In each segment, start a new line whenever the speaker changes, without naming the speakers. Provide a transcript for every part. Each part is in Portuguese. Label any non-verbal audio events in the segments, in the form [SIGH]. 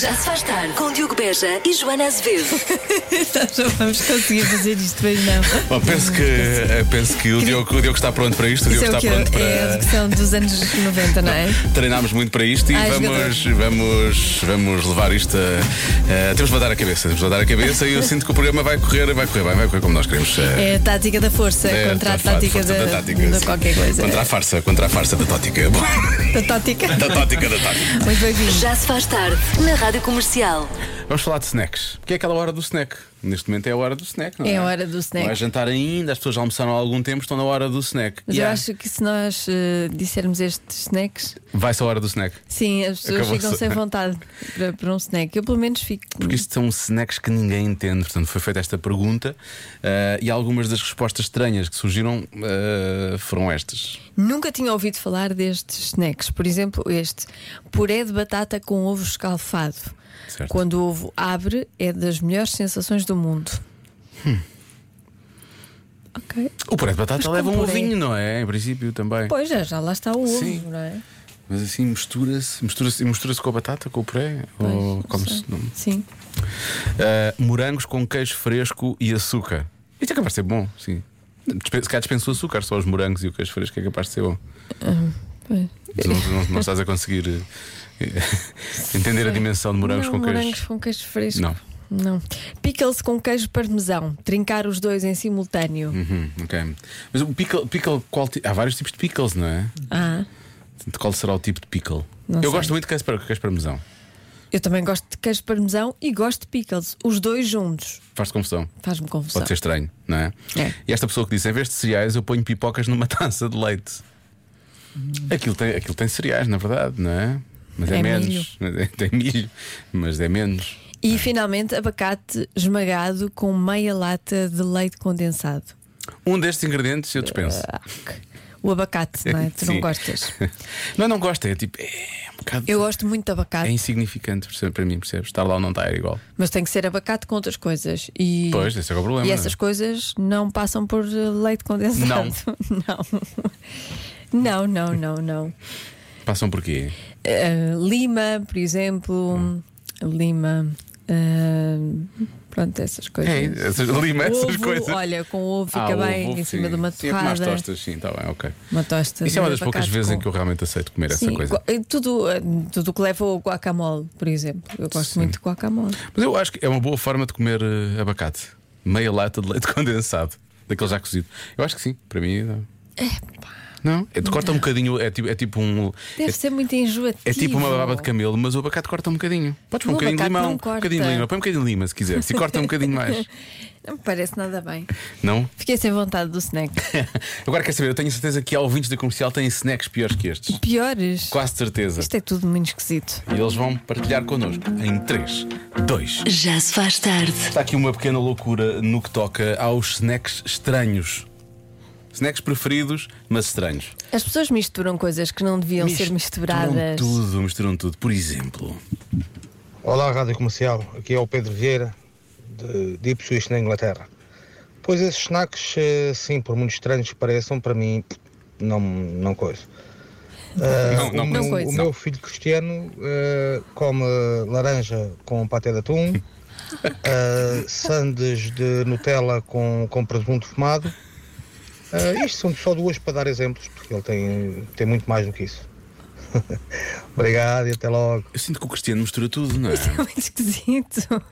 Já se faz tarde com Diogo Beja e Joana Azevedo.
[LAUGHS] Nós não vamos conseguir fazer isto, pois não.
Bom, penso que, eh, penso que o, Diogo, o Diogo está pronto para isto. O
Isso é
Diogo está
o que
pronto para.
é a educação dos anos 90, não é?
Treinámos muito para isto e
Ai,
vamos, vamos, vamos levar isto a. eh, temos de levantar a cabeça, temos de levantar a cabeça e eu sinto que o programa vai correr, vai correr bem, vai correr como nós queremos. eh,
É a tática da força
eh,
contra a
fa-
tática
força
da,
da tática,
da
sim.
qualquer coisa.
Contra a farsa, contra a farsa da tática. [LAUGHS] Bom,
Da tática.
da tática, da tática.
Muito bem-vindo.
Já se faz tarde na Rádio Comercial.
Vamos falar de snacks. Porque é aquela hora do snack. Neste momento é a hora do snack, não é?
É a hora do snack.
Não é jantar ainda, as pessoas já almoçaram há algum tempo, estão na hora do snack. é?
Mas
Yeah.
eu acho que se nós eh, dissermos estes snacks,
Vai-se a hora do snack.
sim, as pessoas
Acabou-se.
ficam sem vontade para, para um snack. Eu, pelo menos, fico.
Porque isto são snacks que ninguém entende. Portanto, foi feita esta pergunta eh, e algumas das respostas estranhas que surgiram eh, foram estas.
Nunca tinha ouvido falar destes snacks. Por exemplo, este puré de batata com ovo escalfado.
Certo.
Quando o ovo abre, é das melhores sensações do mundo.
Hum.
Ok.
O puré de batata
Mas
leva
com
um
puré.
ovinho, não é? Em princípio também.
Pois já, já lá está o ovo,
Sim.
não é?
Mas assim mistura-se, mistura-se, mistura-se com a batata, com o puré?
Pois,
ou
não
come-se.
sei.
não?
Sim.
Eh, morangos com queijo fresco e açúcar. Isto é capaz de ser bom, sim. Despe- Se calhar dispensa o açúcar, só os morangos e o queijo fresco é capaz de ser bom.
Ah, Pois.
Não, não- não estás a conseguir eh, [LAUGHS] entender a dimensão de morangos
não,
com queijo.
morangos com queijo fresco.
Não.
Não. Pickles com queijo parmesão. Trincar os dois em simultâneo.
Uhum, ok. Mas o pickle, pickle qual ti- há vários tipos de pickles, não é?
Ah,
De qual será o tipo de pickle?
Não
eu
sei.
gosto muito de queijo para, queijo parmesão.
eu também gosto de queijo parmesão e gosto de pickles. Os dois juntos.
Faz confusão.
Faz-me confusão.
Pode ser estranho, não é?
É.
E esta pessoa que disse: em vez de cereais, eu ponho pipocas numa [LAUGHS] taça de leite. Aquilo tem, aquilo tem cereais, na verdade, não é? [LAUGHS] Mas é,
É
menos. Tem milho, mas é menos.
E finalmente, abacate esmagado com meia lata de leite condensado.
Um destes ingredientes eu dispenso.
Ah, que- O abacate, não é? Tu
Sim.
não gostas.
[LAUGHS] Não, não gosto, é tipo. É um bocado.
Eu gosto muito de
É
abacate,
insignificante percebe, para mim, percebes? Estar lá ou não estar é igual.
mas tem que ser abacate com outras coisas. E,
Pois, esse é que é o problema.
e
não é?
essas coisas não passam por eh, leite condensado. [LAUGHS] Não, não, não, não. não.
Passam por quê?
Eh, Lima, por exemplo. Lima. eh, pronto, essas coisas.
É, [LAUGHS] essas, lima, essas
Ovo,
coisas.
Olha, com ovo fica
Ah, o
bem
ovo,
em cima
sim.
de uma
Sim, é como as
torrada.
tostas, sim, está bem, ok.
Uma tosta.
Isso é uma
de
das poucas
abacate
vezes
com-
em que eu realmente aceito comer essa
Sim,
coisa.
gua- eh, Tudo, eh, tudo que leva ao guacamole, por exemplo. Eu gosto muito de guacamole.
Mas eu acho que é uma boa forma de comer eh, abacate. Meia lata de leite [LAUGHS] condensado, daquele já cozido. Eu acho que sim, para mim. Não. Não? É, tu corta um bocadinho, é tipo, é tipo um.
Deve
é-
ser muito enjoativo.
É tipo uma baba de camelo, mas o abacate corta um bocadinho. Podes pôr um
O
bocadinho de
abacate
limão,
não
um
corta.
bocadinho de lima, põe um bocadinho de lima se quiser. Se corta um
[LAUGHS]
bocadinho mais.
Não me parece nada bem.
Não? [LAUGHS]
Fiquei sem vontade do snack.
Agora quer saber, eu tenho certeza que há ouvintes da comercial têm snacks piores que estes.
Piores.
Quase certeza.
Isto é tudo muito esquisito.
E eles vão partilhar connosco em 3, 2.
Já se faz tarde.
Está aqui uma pequena loucura no que toca aos snacks estranhos. Snacks preferidos, mas estranhos.
As pessoas misturam coisas que não deviam ser misturadas.
tudo, misturam tudo. Por exemplo,
Olá, Rádio Comercial. Aqui é o Pedro Vieira, de, de Ipswich, na Inglaterra. Pois esses snacks, eh, sim, por muito estranhos que pareçam, para mim, não, não coisa. Ah,
Não,
o
não
meu-
coisa.
O
Não.
meu filho Cristiano eh, come laranja com paté
[LAUGHS]
de atum, ah, sandes de Nutella com, com presunto fumado. Ah, isto são só duas para dar exemplos, porque ele tem, tem muito mais do que isso. [LAUGHS] Obrigado e até logo.
eu sinto que o Cristiano mistura tudo, não é?
É [LAUGHS] muito esquisito.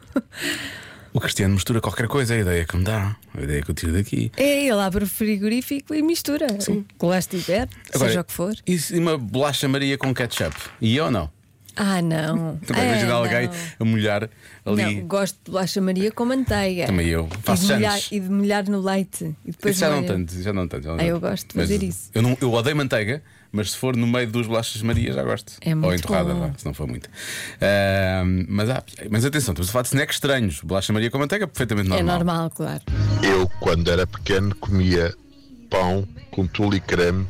O Cristiano mistura qualquer coisa, é a ideia que me dá, a ideia que eu tiro daqui.
É, ele abre o frigorífico e mistura. Sim. O que lá estiver, seja o que for.
E se uma bolacha Maria com ketchup? E eu não?
Ah, não.
Também
Ah,
imagina
não.
alguém a molhar ali.
Não, gosto de bolacha Maria com manteiga.
Também eu. Faço
e de, molhar,
sandes.
e de molhar no leite. E depois
Isso já não
molha.
tanto, já não tanto. já não
Ah, eu
tanto.
gosto de
Mas
fazer isso.
Eu, não, eu odeio manteiga, mas se for no meio dos bolachas Maria, já gosto.
É
Ou
muito
entorrada,
bom.
vá, se não for muito. Ahm, mas, há- mas atenção, estamos a falar de snacks estranhos. Bolacha Maria com manteiga, perfeitamente
É
normal.
normal, [LAUGHS] claro.
Eu, quando era pequeno, comia pão com tule e creme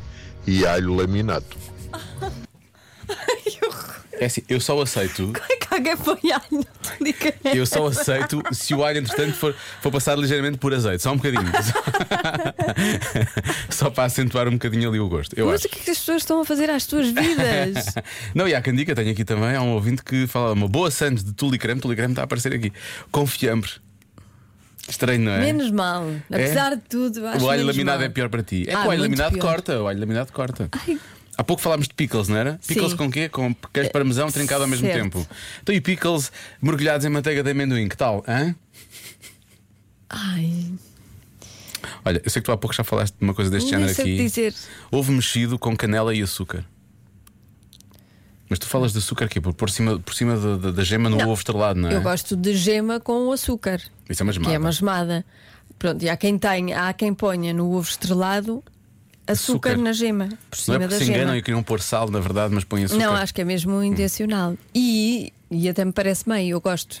e alho laminado.
Que horror.
É assim, eu só aceito.
Como é que alguém põe alho na telica?
Eu só aceito se o alho, entretanto, for, for passado ligeiramente por azeite, só um bocadinho. [LAUGHS] só para acentuar um bocadinho ali o gosto. Eu
Mas
acho.
o que é que as pessoas estão a fazer às
[LAUGHS]
tuas vidas?
Não, e há quem diga, tenho aqui também, há um ouvinte que fala uma boa Sandes de Tule e Creme, Tule e Creme está a aparecer aqui. Com fiambre. Estranho, não é?
Menos mal. Apesar de tudo, acho
O alho
menos
laminado
mal.
é pior para ti. É
Ah,
que o alho
muito
laminado
pior.
corta, o alho laminado corta.
Ai.
Há pouco falámos de pickles, não era? Pickles
Sim.
com quê? Com queijo parmesão trincado ao mesmo
certo.
tempo. Então, e pickles mergulhados em manteiga de amendoim, que tal? Hã?
Ai,
Olha, eu sei que tu há pouco já falaste de uma coisa deste
nem
género
Hum, sei o que
aqui.
dizer.
Houve mexido com canela e açúcar. Mas tu falas de açúcar aqui, por, por cima, por cima da, da- da gema no
Não.
ovo estrelado, não é?
Eu gosto de gema com açúcar,
Isso é uma
que
gemada.
é uma gemada. Pronto, e há quem tenha, há quem ponha no ovo estrelado açúcar,
Açúcar.
na gema, por
Não
cima
é porque
da
se enganam
gema.
e queriam pôr sal, na verdade, mas põem açúcar.
Não, acho que é
Hum.
mesmo intencional. E, e até me parece bem, eu
[LAUGHS]
gosto.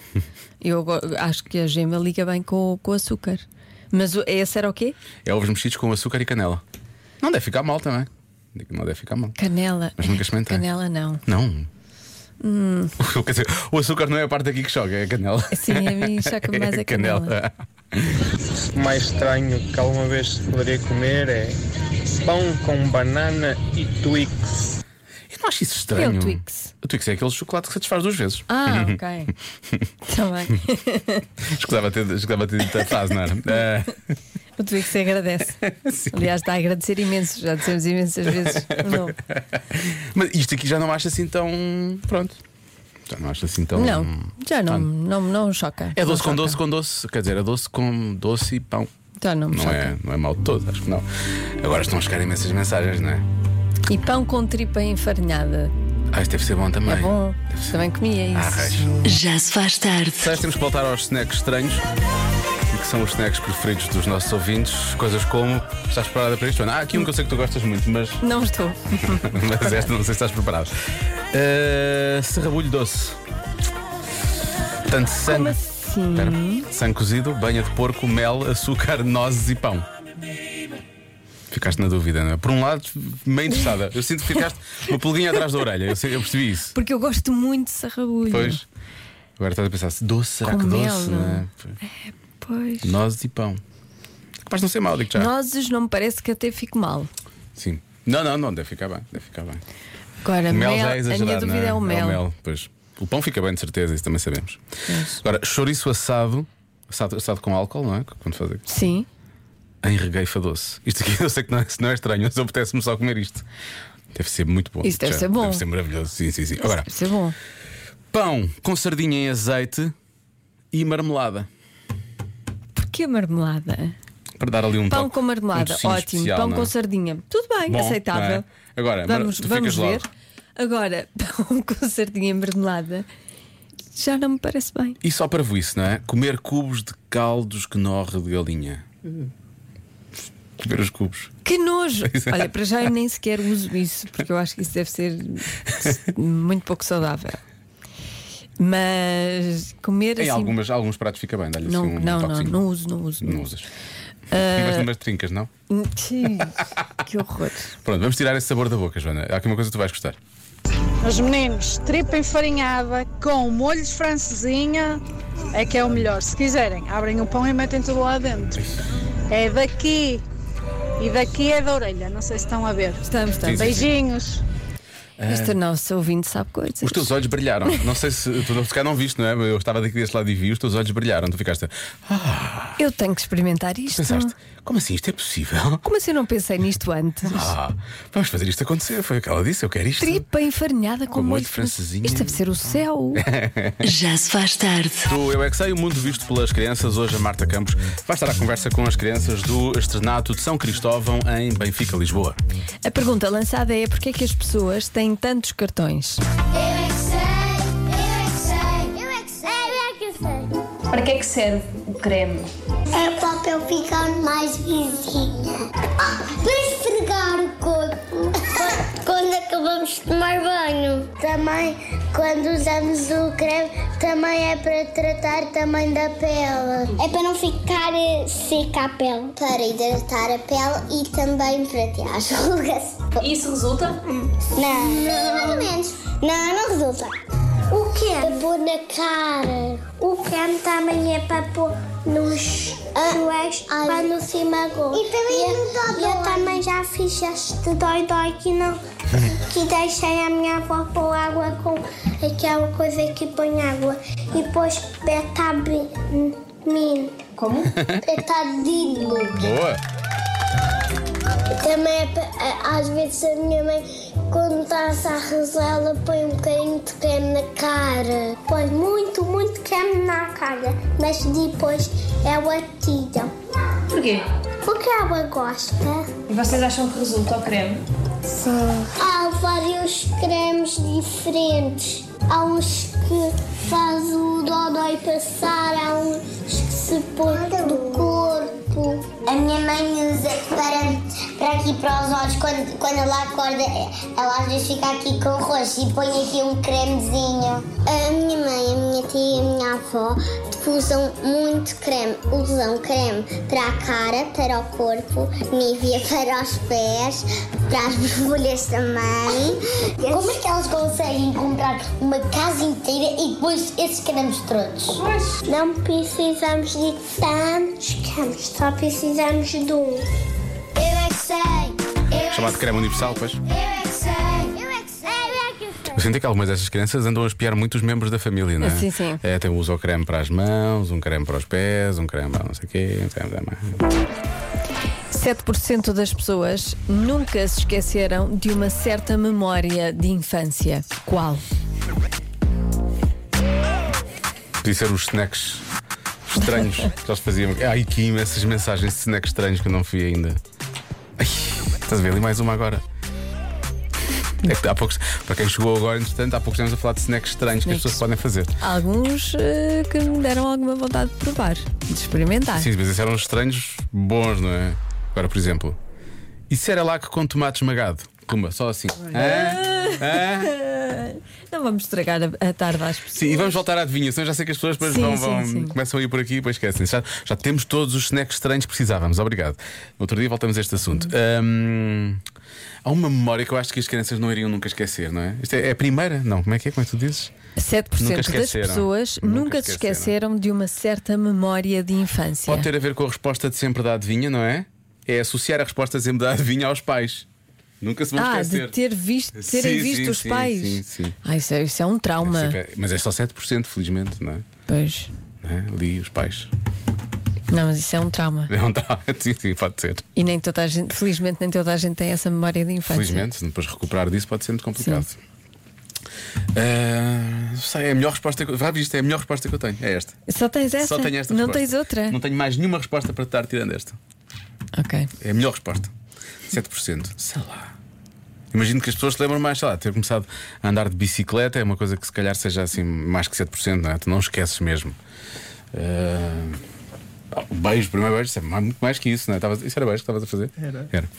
eu go- acho que a gema liga bem com, o- com o açúcar. Mas o- esse era o quê?
É ovos mexidos com açúcar e canela. Não deve ficar mal também. Digo, Não deve ficar mal.
Canela.
Mas nunca experimentei.
Canela não.
Não.
Hum.
Quer dizer, [LAUGHS] o açúcar não é a parte aqui que choca, é a canela. É
Sim, a
[LAUGHS]
mim choca-me mais a canela.
O mais estranho que alguma vez se poderia comer é pão com banana e Twix.
Eu não acho isso estranho.
É o Twix.
O Twix é aquele chocolate que satisfaz duas vezes.
Ah, ok. Está
[LAUGHS]
bem.
Escusava ter, escusava ter dito a
[LAUGHS]
frase, não era? Eh,
O Twix agradece.
[LAUGHS]
Aliás, está a agradecer imenso, já dissemos imensas vezes. Não,
Mas isto aqui já não acho assim tão. Pronto. Já não acho assim tão.
não já não, não, não choca.
É
Não
doce com
choca.
doce com doce. Quer dizer, é doce com doce e pão.
Já não me
Não
choca.
é, não é mal de todo, acho que não. Agora estão a chegar imensas mensagens, não é?
E pão com tripa enfarinhada.
Ah, isto deve ser bom também.
É bom. Também comia
Ah,
isso.
reis.
Já se faz tarde.
Sabes, temos que voltar aos snacks estranhos, que são os snacks preferidos dos nossos ouvintes. Coisas como. Estás preparada para isto? Ana? Há aqui um que eu sei que tu gostas muito, mas,
Não estou.
mas esta não sei se estás preparado. Eh, serrabulho doce.
Como
Tanto sangue.
assim?
Espera. Sangue cozido, banha de porco, mel, açúcar, nozes e pão. Ficaste na dúvida, não é? Por um lado, meio interessada. Eu sinto que ficaste uma pulguinha atrás da orelha. Eu, sei- eu percebi isso.
Porque eu gosto muito de sarrabulho.
Pois. Agora estás a pensar, se doce, será
Com
que
mel,
doce?
não é?
Não é? Pois.
Pois.
Nozes e pão. É Capaz de não ser mal, digo já.
Nozes não me parece que até fico mal.
Sim. Não, não, não, deve ficar bem. Deve ficar bem.
Agora,
O mel,
mel,
já é
a
exagerado.
minha dúvida
não
é o mel.
Pois. O pão fica bem, de certeza, isso também sabemos. Agora, chouriço assado, assado, assado com álcool, não é? Quando fazer.
Sim.
Em regueifa doce. Isto aqui [LAUGHS] eu sei que não é, se não é estranho, mas eu apetece-me só comer isto. Deve ser muito bom.
Isso deve
Já,
ser bom.
Deve ser maravilhoso. Sim, sim, sim. Agora,
Deve ser é bom.
pão com sardinha em azeite e marmelada.
Porquê marmelada?
Para dar ali um
Pão
toque,
com
um
marmelada,
docinho
ótimo.
especial,
pão
não é?
com sardinha, tudo bem,
Bom,
aceitável.
não é? Agora, mar-
vamos,
tu
vamos
ficas
ver.
logo.
Agora, [LAUGHS] pão com sardinha e marmelada já não me parece bem.
E só para isso, não é? Comer cubos de caldos que norre de galinha.
Hum.
Comer os cubos.
Que nojo!
é.
Olha, para já eu nem sequer uso isso, porque eu acho que isso deve ser muito pouco saudável. Mas comer
Em
assim.
algumas, alguns pratos fica bem, dá-lhe
Não,
assim
não,
um
não,
toquezinho.
não Ah, uso, não uso.
Não usas. Mas, mas trincas, não?
Sim, [LAUGHS] que horror.
Pronto, vamos tirar esse sabor da boca, Joana. Há aqui uma coisa que tu vais gostar.
Os meninos, tripa enfarinhada com molho de francesinha é que é o melhor. Se quiserem, abrem o pão e metem tudo lá dentro. É daqui e daqui é da orelha. Não sei se estão a ver.
Estamos, estamos.
Sim, sim, sim.
Beijinhos.
Este nosso ouvinte sabe coisas.
Os teus olhos brilharam. Não sei se tu se calhar não viste, não é? Eu estava daqui deste lado e vi, os teus olhos brilharam. Tu ficaste. "Ah,
Então Eu tenho que experimentar isto.
Pensaste, como assim? Isto é possível?
Como assim eu não pensei nisto
[LAUGHS]
antes?
Ah, vamos fazer isto acontecer. Foi o que ela disse, eu quero isto.
Tripa enfarinhada com,
Com molho
molho
de francesinha.
Isto deve ser o
[LAUGHS]
céu.
Já se faz tarde.
Do Eu é que sei, o mundo visto pelas crianças. Hoje a Marta Campos vai estar à conversa com as crianças do Estrenato de São Cristóvão em Benfica, Lisboa.
A pergunta lançada é porquê é que as pessoas têm tantos cartões?
Eu é que sei, eu é que sei, eu é que sei, eu é que sei.
Para que é que serve o creme?
É para eu ficar mais vizinha. Ah, para esfregar o corpo quando acabamos de tomar banho. Também, quando usamos o creme, também é para tratar também da pele. É para não ficar eh, seca a pele. Para hidratar a pele e também para tirar as rugas.
Isso resulta?
Não. Mais ou menos. Não, não resulta. O que é? Para pôr na cara. O creme também é para pôr nos joelhos quando se magoa. Ah, E também eu, Eu também já fiz este dói-dói que [LAUGHS] não... que deixei a minha avó pôr água com aquela coisa que põe água. E depois betamin.
Como?
Betadilo.
Boa!
Também, eh, às vezes, a minha mãe, quando está a rezar, ela põe um bocadinho de creme na cara. Põe muito, muito creme na cara, mas depois ela tira.
Porquê?
Porque ela gosta.
E vocês acham que resulta o creme?
Sim. Há vários cremes diferentes. Há uns que faz o dodói passar, há uns que se põe do corpo. A minha mãe usa para, para aqui para os olhos, quando, quando ela acorda, ela às vezes fica aqui com roxo e põe aqui um cremezinho. A minha mãe, a minha tia e a minha avó usam muito creme. Usam creme para a cara, para o corpo, Nivea para os pés, para as [LAUGHS] borbulhas também. Como é que elas conseguem comprar uma casa inteira e depois esses cremes todos? Não precisamos de tantos cremes, só precisamos de um. Eu é que sei, eu é
Chamado creme universal, pois.
eu é que sei, eu é que sei, eu é que sei.
Eu sinto que algumas dessas crianças andam a espiar muitos membros da família, não é?
Sim, sim.
É, tem, usa o creme para as mãos, um creme para os pés, um creme para não sei o quê, um creme para mais.
7% das pessoas nunca se esqueceram de uma certa memória de infância. Qual?
Podia ser os snacks estranhos que eles faziam. Ah, Ai, que imensas mensagens de snacks estranhos que eu não fui ainda. Ai, estás a ver ali mais uma agora? É que há poucos, para quem chegou agora, entretanto, há poucos estamos a falar de snacks estranhos que as
Snacks.
pessoas podem fazer.
Alguns eh, que me deram alguma vontade de provar, de experimentar.
Sim, mas esses eram estranhos bons, não é? Agora, por exemplo, isso era lá que com tomate esmagado. Pumba, só assim. Hã? Hã?
Não vamos estragar a, a tarde às pessoas.
Sim, e vamos voltar à adivinhação. Já sei que as pessoas depois
Sim,
vão,
sim,
vão-
sim.
começam a ir por aqui e depois esquecem. Já, já temos todos os snacks estranhos que precisávamos. Obrigado. No Outro dia voltamos a este assunto. Hum, há uma memória que eu acho que as crianças não iriam nunca esquecer, não é? Isto é, é a primeira? Não, como é que é? Como é que tu dizes?
7% das
esqueceram.
pessoas
Nunca
nunca, se
esqueceram.
esqueceram de uma certa memória de infância.
Pode ter a ver com a resposta de sempre da adivinha, não é? É associar a resposta de sempre da adivinha aos pais. Nunca se vão
ah,
esquecer.
de ter visto, terem
Sim,
visto
sim,
os
sim,
pais.
sim, sim.
Ah, isso, é, isso é um trauma.
Mas é só 7%, felizmente, não é?
Pois.
Não é? Ali os pais. [LAUGHS]
Não, mas isso é um trauma.
Não dá. Sim, sim, pode ser.
E nem toda a gente, felizmente, nem toda a gente tem essa memória de infância.
Felizmente, depois recuperar disso pode ser muito complicado. Ah, não sei, é a melhor resposta que eu. Já viste, é a melhor resposta que eu tenho. É esta.
Só tens essa?
Só tenho esta
Não
resposta.
tens outra?
Não tenho mais nenhuma resposta para te dar tirando esta.
Ok.
É a melhor resposta. 7%. Sei lá. Imagino que as pessoas se lembram mais, sei lá, ter começado a andar de bicicleta é uma coisa que se calhar seja assim mais que 7%, não é? Tu não esqueces mesmo. Ah, o beijo, o primeiro beijo, isso é mais- muito mais que isso, não é? Estavas- Isso era beijo que estavas a fazer? Era.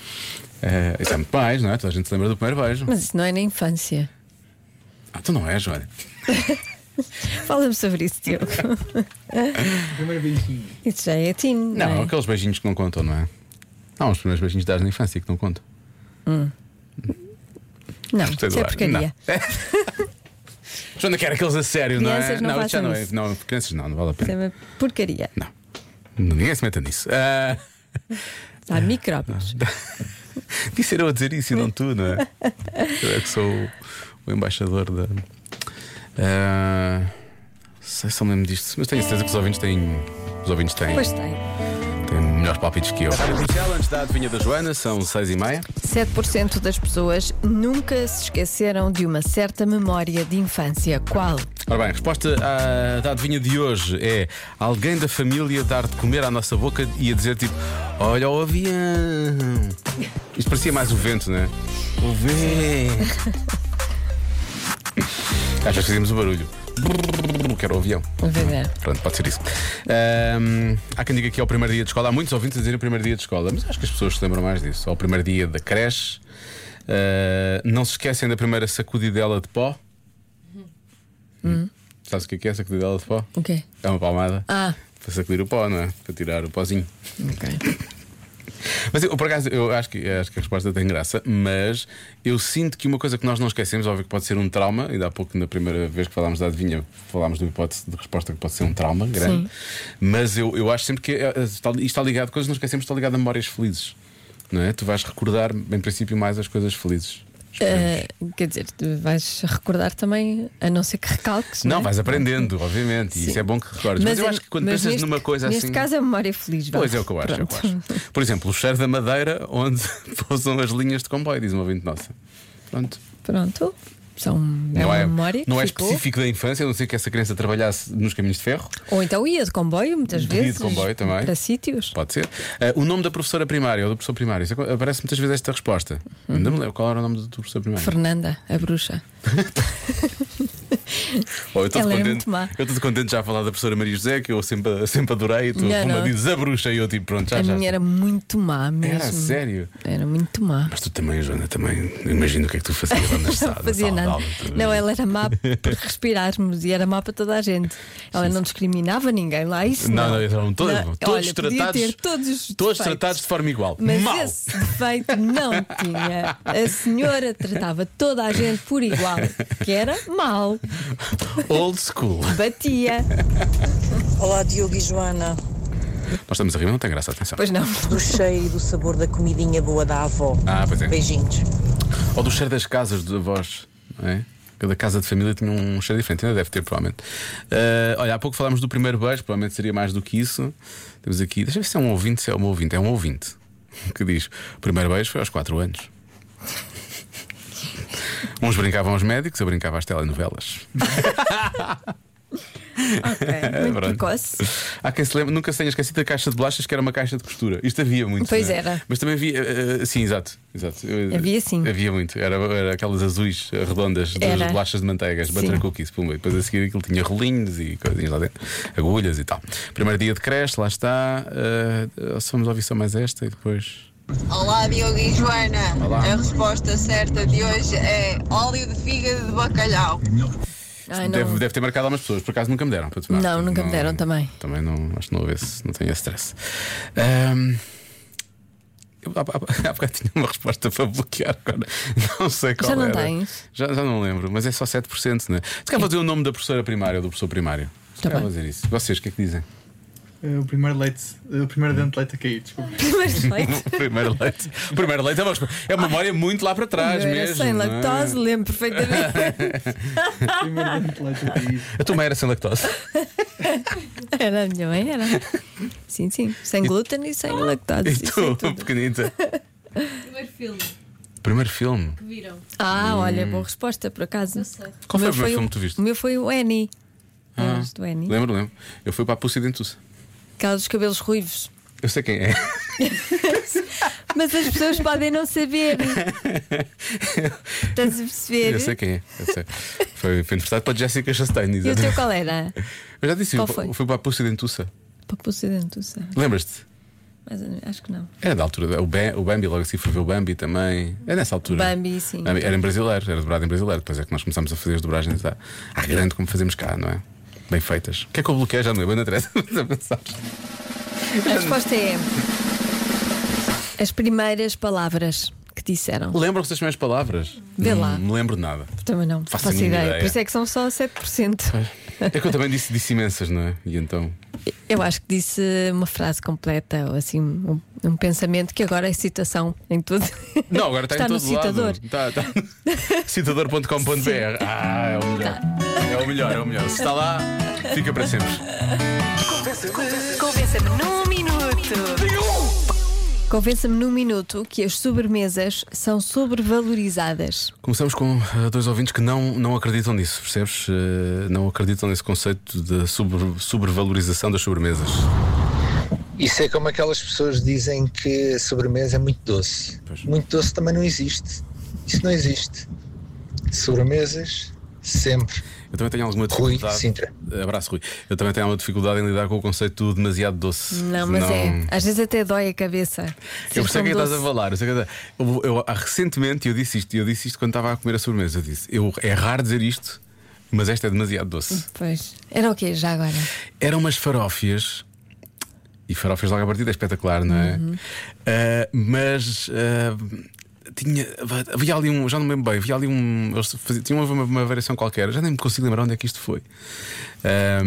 Ah, isso é muito mais, não é? Toda a gente se lembra do primeiro beijo.
Mas isso não é na infância.
Ah, tu não és, olha.
Fala-me sobre isso, Diogo. Primeiro beijinho. Isso já é teen, não,
Não,
é?
aqueles beijinhos que não contam, não é? Há uns primeiros beijinhos que dás na infância assim que não contam.
Não,
Gostei do
isso é
ar.
porcaria.
Não. [LAUGHS] Joana quer aqueles a sério, não é?
Crianças não
não, isso já
façam
não é.
isso.
Não, crianças não, não vale a
Isso é
pena.
uma porcaria.
Não. Ninguém se meta nisso. Ah, [LAUGHS]
Há micróbios.
disse eu a dizer isso e não tu, não é? Eu é que sou o, o embaixador da. Ah, sei se eu me lembro disto, mas tenho certeza que os ouvintes têm. Os ouvintes têm,
Pois tem.
têm melhores palpites que eu. Antes da adivinha da Joana, são seis e meia.
7% das pessoas nunca se esqueceram de uma certa memória de infância. Qual?
Ora bem, a resposta à, da adivinha de hoje é alguém da família dar de comer à nossa boca e a dizer tipo: Olha o avião. Isto parecia mais o vento, não é? O vento. Às vezes fazíamos o barulho. Brrr, Que era o avião.
Vamos ver.
Pronto, pode ser isso. Ahm, há quem diga que é o primeiro dia de escola. Há muitos ouvintes a dizerem o primeiro dia de escola, mas acho que as pessoas se lembram mais disso. Ou o primeiro dia da creche. Ah, não se esquecem da primeira sacudidela de pó. Sabes o que é que é sacudidela de pó?
Hum. O quê?
É uma palmada.
Ah.
Para sacudir o pó, não é? Para tirar o pozinho.
Ok.
Mas eu, por acaso, eu acho que, acho que a resposta tem graça, mas eu sinto que uma coisa que nós não esquecemos, óbvio que pode ser um trauma, ainda há pouco, na primeira vez que falámos da adivinha, falámos de uma hipótese de resposta que pode ser um trauma grande, mas eu, eu acho sempre que é, é, está- isto está ligado, coisas que não esquecemos, está ligado a memórias felizes, não é? Tu vais recordar, em princípio, mais as coisas felizes. Esperemos.
Ah, quer dizer, tu vais recordar também, a não ser que recalques.
Não,
é?
vais aprendendo, obviamente, e isso é bom que recordes. Mas, eu
é-
acho que quando
mas
pensas
neste-
numa coisa
neste
assim.
caso é memória feliz. vá.
Pois é o que eu acho, é o que eu
Pronto.
acho. Por exemplo, o cheiro da madeira onde [LAUGHS] pousam as linhas de comboio, diz uma ouvinte nossa. Pronto.
Pronto. São, é uma memória que
não é
ficou.
específico da infância, a não ser que essa criança trabalhasse nos caminhos de ferro.
Ou então ia de comboio, muitas
Ia de
vezes.
comboio também.
Para sítios.
Pode ser. Ah, o nome da professora primária ou do professor primário. Isso aco- aparece muitas vezes esta resposta.
Uhum.
Ainda me lembro qual era o nome do do professor primário.
Fernanda, a bruxa.
Oh, eu estou
Ela é
contente.
muito má.
Eu estou contente de já falar da professora Maria José, que eu sempre, sempre adorei. Tu,
Não,
quando
não.
dizes a bruxa, e eu tipo, pronto, já
a
já.
minha era muito má mesmo.
Era, sério.
Era muito má.
Mas tu também, Joana, também. eu Imagino o que é que tu fazias
[LAUGHS]
lá na sala.
Não fazia
sala de
nada.
aula. Tu-
Não, ela era
[LAUGHS]
má por respirarmos e era má para toda a gente. Ela não discriminava ninguém lá, isso
Não,
não.
não, eram todos- todos
olha, podia
tratados-
ter todos, os
Todos
defeitos,
tratados de forma igual.
Mas
Mal!
esse defeito não tinha. A senhora tratava toda a gente por igual, que era mal.
[LAUGHS] Old school.
Batia.
Olá, Diogo e Joana.
Nós estamos a rir, não tem graça, atenção.
Pois
[LAUGHS]
não. é
Do cheiro e do sabor da comidinha boa da avó.
Ah, pois é.
Beijinhos.
Ou do cheiro das casas de avós, não é? Cada casa de família tinha um cheiro diferente, ainda deve ter, provavelmente. Ah, olha, há pouco falámos do primeiro beijo, provavelmente seria mais do que isso. Temos aqui, deixa eu ver se é um ouvinte, se é um ouvinte, é um ouvinte [LAUGHS] que diz: o primeiro beijo foi aos 4
[LAUGHS]
anos. Uns brincavam aos médicos, eu brincava às telenovelas.
Ok, muito
Pronto.
precoce.
Há quem se lembra, nunca se tenha esquecido da caixa de bolachas que era uma caixa de costura. Isto havia muito.
Pois
né?
era.
Mas também havia. eh, eh, sim, exato. exato. Eu- eh,
Havia sim.
Havia muito. Era, era aquelas azuis eh, redondas das
Era.
bolachas de manteigas,
Sim.
butter cookies, pumba. E depois a seguir aquilo tinha rolinhos e coisinhas lá dentro, agulhas e tal. Primeiro dia de creche, lá está. eh, só vamos ouvir só mais esta e depois.
Olá, Diogo e Joana.
Olá.
A resposta certa de hoje é óleo de fígado de bacalhau.
Ai, não.
Deve, deve ter marcado algumas pessoas, por acaso nunca me deram para tomar.
Não, nunca me deram [LAUGHS] também.
Também não, acho que não houve esse, não tenho esse stress. Ahm, eu há, há, há bocado tinha uma resposta para bloquear agora. Não sei qual
Já não
era.
tens?
Já, já não lembro, mas é só 7%, né? Se calhar vou dizer o nome da professora primária ou do professor primário. Se
Tá
calhar
bem.
vou dizer isso. Vocês, o que é que dizem?
É O primeiro leite, é o primeiro dente de leite a cair, desculpa.
Primeiro [LAUGHS] leite.
[LAUGHS] Primeiro leite. Primeiro leite é uma, é uma memória muito lá para trás
Eu era
mesmo.
sem
não é?
lactose, lembro perfeitamente.
O primeiro dente de leite a cair.
A tua mãe era sem lactose.
[LAUGHS] [LAUGHS] Era a minha mãe, era. Sim, sim. Sem glúten e Ah, então. sem lactose.
E
e
tu,
sem tudo.
pequenita.
Primeiro filme
Primeiro filme.
que viram.
Ah, olha, boa resposta, por acaso. O meu
Qual foi o primeiro filme que tu viste?
O meu foi o Annie. Lembras do Annie?
Lembro, lembro. Eu fui para a Pussy Dentuça.
Aquela dos cabelos ruivos.
Eu sei quem é.
Mas as pessoas podem não [LAUGHS] saber. Estás a perceber?
Eu sei quem é. Eu sei. Foi, foi emprestado para Jessica Chastain.
E o
exatamente.
teu qual era?
Eu já disse,
Qual
eu
foi?
fui para a Pussy Dentuça.
Papuça dentuça.
Lembras-te?
Mas eh, acho que não.
Era da altura. O, Ba- o Bambi, logo assim, fui ver o Bambi também. É nessa altura.
Bambi, sim.
Bambi. Era em brasileiro, era dobrado em brasileiro. Depois é que nós começámos a fazer as dobragens à, à grande, como fazemos cá, não é? Bem feitas. O que é que eu bloqueei? Já não lembro, não interessa. [LAUGHS] Mas a pensar.
A resposta é. As primeiras palavras que disseram.
Lembram-se das minhas palavras?
Vê
Não
lá.
me lembro de nada.
Também não
Faço
faço,
a mínima
ideia.
ideia.
Por isso é que são só 7%.
É que eu também disse, disse imensas, não é? E então.
Eu acho que disse uma frase completa, ou assim, um, um pensamento que agora é citação em tudo.
[LAUGHS] Não, agora está,
Está Tá
em todo
no citador.
lado. Tá, Está,
[LAUGHS]
está. Citador.com.br. Ah, é o melhor.
Tá.
É o melhor, é o melhor. Se está lá, fica para sempre.
Convença-me num minuto.
Convença-me num minuto que as sobremesas são sobrevalorizadas.
Começamos com ah, dois ouvintes que não, não acreditam nisso, percebes? Eh, não acreditam nesse conceito de sobre, sobrevalorização das sobremesas.
Isso é como aquelas pessoas dizem que a sobremesa é muito doce.
Pois.
Muito doce também não existe. Isso não existe. Sobremesas Sempre.
Eu também tenho alguma
Rui
dificuldade.
Sintra.
Abraço, Rui. Eu também tenho alguma dificuldade em lidar com o conceito do demasiado doce.
Não, mas é. Às vezes até dói a cabeça. Ser
Eu
tão
sei que estás a
doce.
falar. Eu, sei que- eu- eu- ah, recentemente eu disse isto, eu disse isto quando estava a comer a sobremesa. Eu disse, eu, é raro dizer isto, mas esta é demasiado doce.
Pois. Era o quê já agora?
Eram umas farófias. E farófias logo à partida é espetacular, não é? Ah, mas ah, tinha, havia ali um, já não me lembro bem, havia ali um. Eles faziam, tinham uma, uma variação qualquer, já nem me consigo lembrar onde é que isto foi. Ah,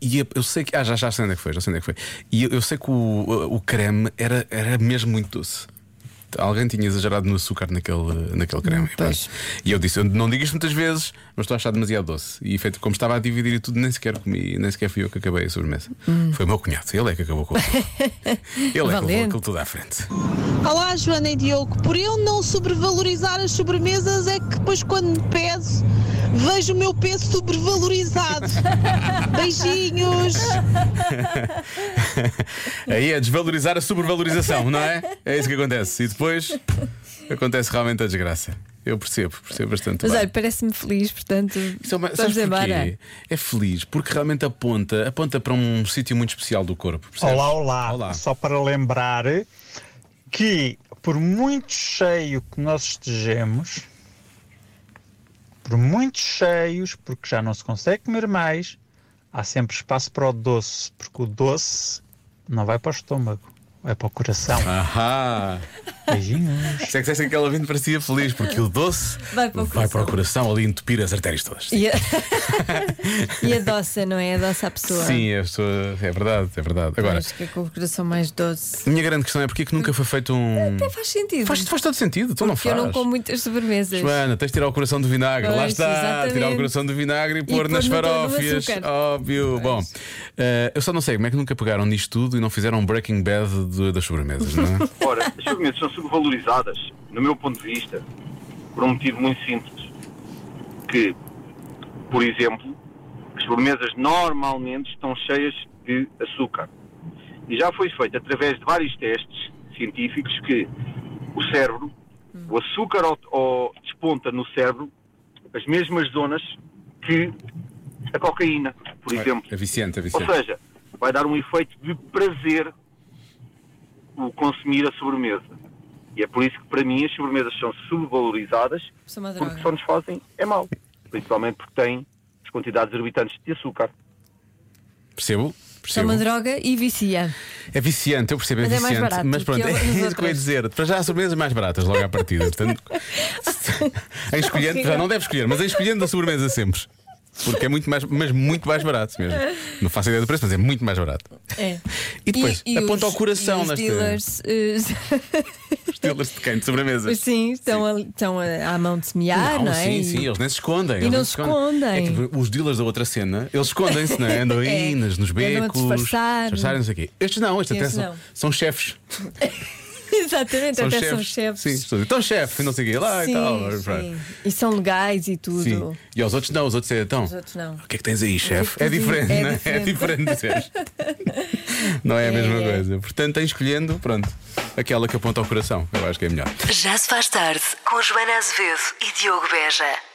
e eu, eu sei que. Ah, já, já sei onde é que foi, já sei onde é que foi. E eu, eu sei que o, o creme era, era mesmo muito doce. Alguém tinha exagerado no açúcar naquele, naquele creme. E pronto. E eu disse: eu não digo isto muitas vezes, mas estou a achar demasiado doce. E feito, como estava a dividir e tudo, nem sequer comi, nem sequer fui eu que acabei a sobremesa.
Hum.
Foi o meu cunhado, ele é que acabou com isso.
[LAUGHS]
Ele é que levou
Valente.
aquilo tudo à frente.
Olá, Joana e Diogo. Por eu não sobrevalorizar as sobremesas, é que depois, quando me peso, vejo o meu peso
[LAUGHS]
sobrevalorizado. Beijinhos.
Aí é desvalorizar a sobrevalorização, não é? É isso que acontece. E depois acontece realmente a desgraça. Eu percebo, percebo bastante.
Mas
bem.
olha, parece-me feliz, portanto.
Isso é uma- sabes
vamos embora.
porquê? É feliz, porque realmente aponta, aponta para um sítio muito especial do corpo. percebes?
Olá, olá, Só para lembrar que, por muito cheio que nós estejamos, por muito cheios, porque já não se consegue comer mais, há sempre espaço para o doce, porque o doce não vai para o estômago, vai para o coração.
Ahá!
Beijinhos.
Se é que dissessem que ela vindo parecia feliz, porque o doce
Vai para o
vai para o coração ali entupir as artérias todas.
E
[LAUGHS]
a... e a doça, não é? A doça à pessoa.
Sim, é, pessoa- é verdade, é verdade. Agora,
Acho que é com o coração mais doce.
a minha grande questão é porque é que nunca foi feito um.
Até faz sentido.
Faz, faz todo sentido, tu não
É, Porque
faz.
eu não como muitas sobremesas.
Joana, tens de tirar o coração do vinagre, lá
Pois,
está,
exatamente.
tirar o coração do vinagre e pôr
pôr
nas
no- no
farófias.
açúcar.
Óbvio. Bom, eh, eu só não sei como é que nunca pegaram nisto tudo e não fizeram um breaking bad de- das sobremesas, não é?
Ora, as sobremesas são subvalorizadas, no meu ponto de vista, por um motivo muito simples. Que, por exemplo, as sobremesas normalmente estão cheias de açúcar. E já foi feito através de vários testes científicos que o cérebro, o açúcar ao- ao- desponta no cérebro as mesmas zonas que a cocaína, por exemplo.
É viciante, é
Ou
viciante.
seja, vai dar um efeito de prazer o consumir a sobremesa. E é por isso que, para mim, as sobremesas são subvalorizadas
Sou uma
porque
droga.
só nos fazem é mal. Principalmente porque têm as quantidades exorbitantes de açúcar.
Percebo?
Sou
Percebo.
uma droga e vicia.
É viciante, eu percebo, é
Mas é mais
viciante.
barato
mas
que
pronto,
eu-
é
as
isso que eu ia
outras.
dizer. Para já há sobremesas mais baratas logo à partida.
[LAUGHS]
Portanto, em escolhendo, já não deve escolher, mas em escolhendo a sobremesa sempre. Porque é muito mais, mas muito mais barato mesmo. Não faço ideia do preço, mas é muito mais barato.
É.
E depois, aponta ao coração é?
e os
nesta-
dealers, eh, [LAUGHS]
Os dealers de quem? De sobremesas.
sim, estão, a- estão a- à mão de semear, não, é?
sim,
E-
sim, eles nem se escondem.
e
eles
não
nem
se escondem.
É tipo, os dealers da outra cena, eles
[LAUGHS]
escondem-se, não é? Andam aí
É.
nas- nos
Andam a
becos,
disfarçar.
disfarçar, não sei o quê. Estes não, estes até
Esses
são,
não.
são chefes.
[LAUGHS] Exatamente, até são chefes.
Sim, são- então chefe, não sei o quê, lá
Sim,
e tal.
sim. E são legais e tudo.
Sim. E aos outros não, os outros é então.
Os outros não.
O que é que tens aí, chefe? É
que
diferente,
é
não é? É diferente, percebes?
[LAUGHS]
Não é a mesma coisa. Portanto, em escolhendo, pronto, aquela que aponta ao coração. Eu acho que é melhor.
Já se faz tarde com Joana Azevedo e Diogo Beja.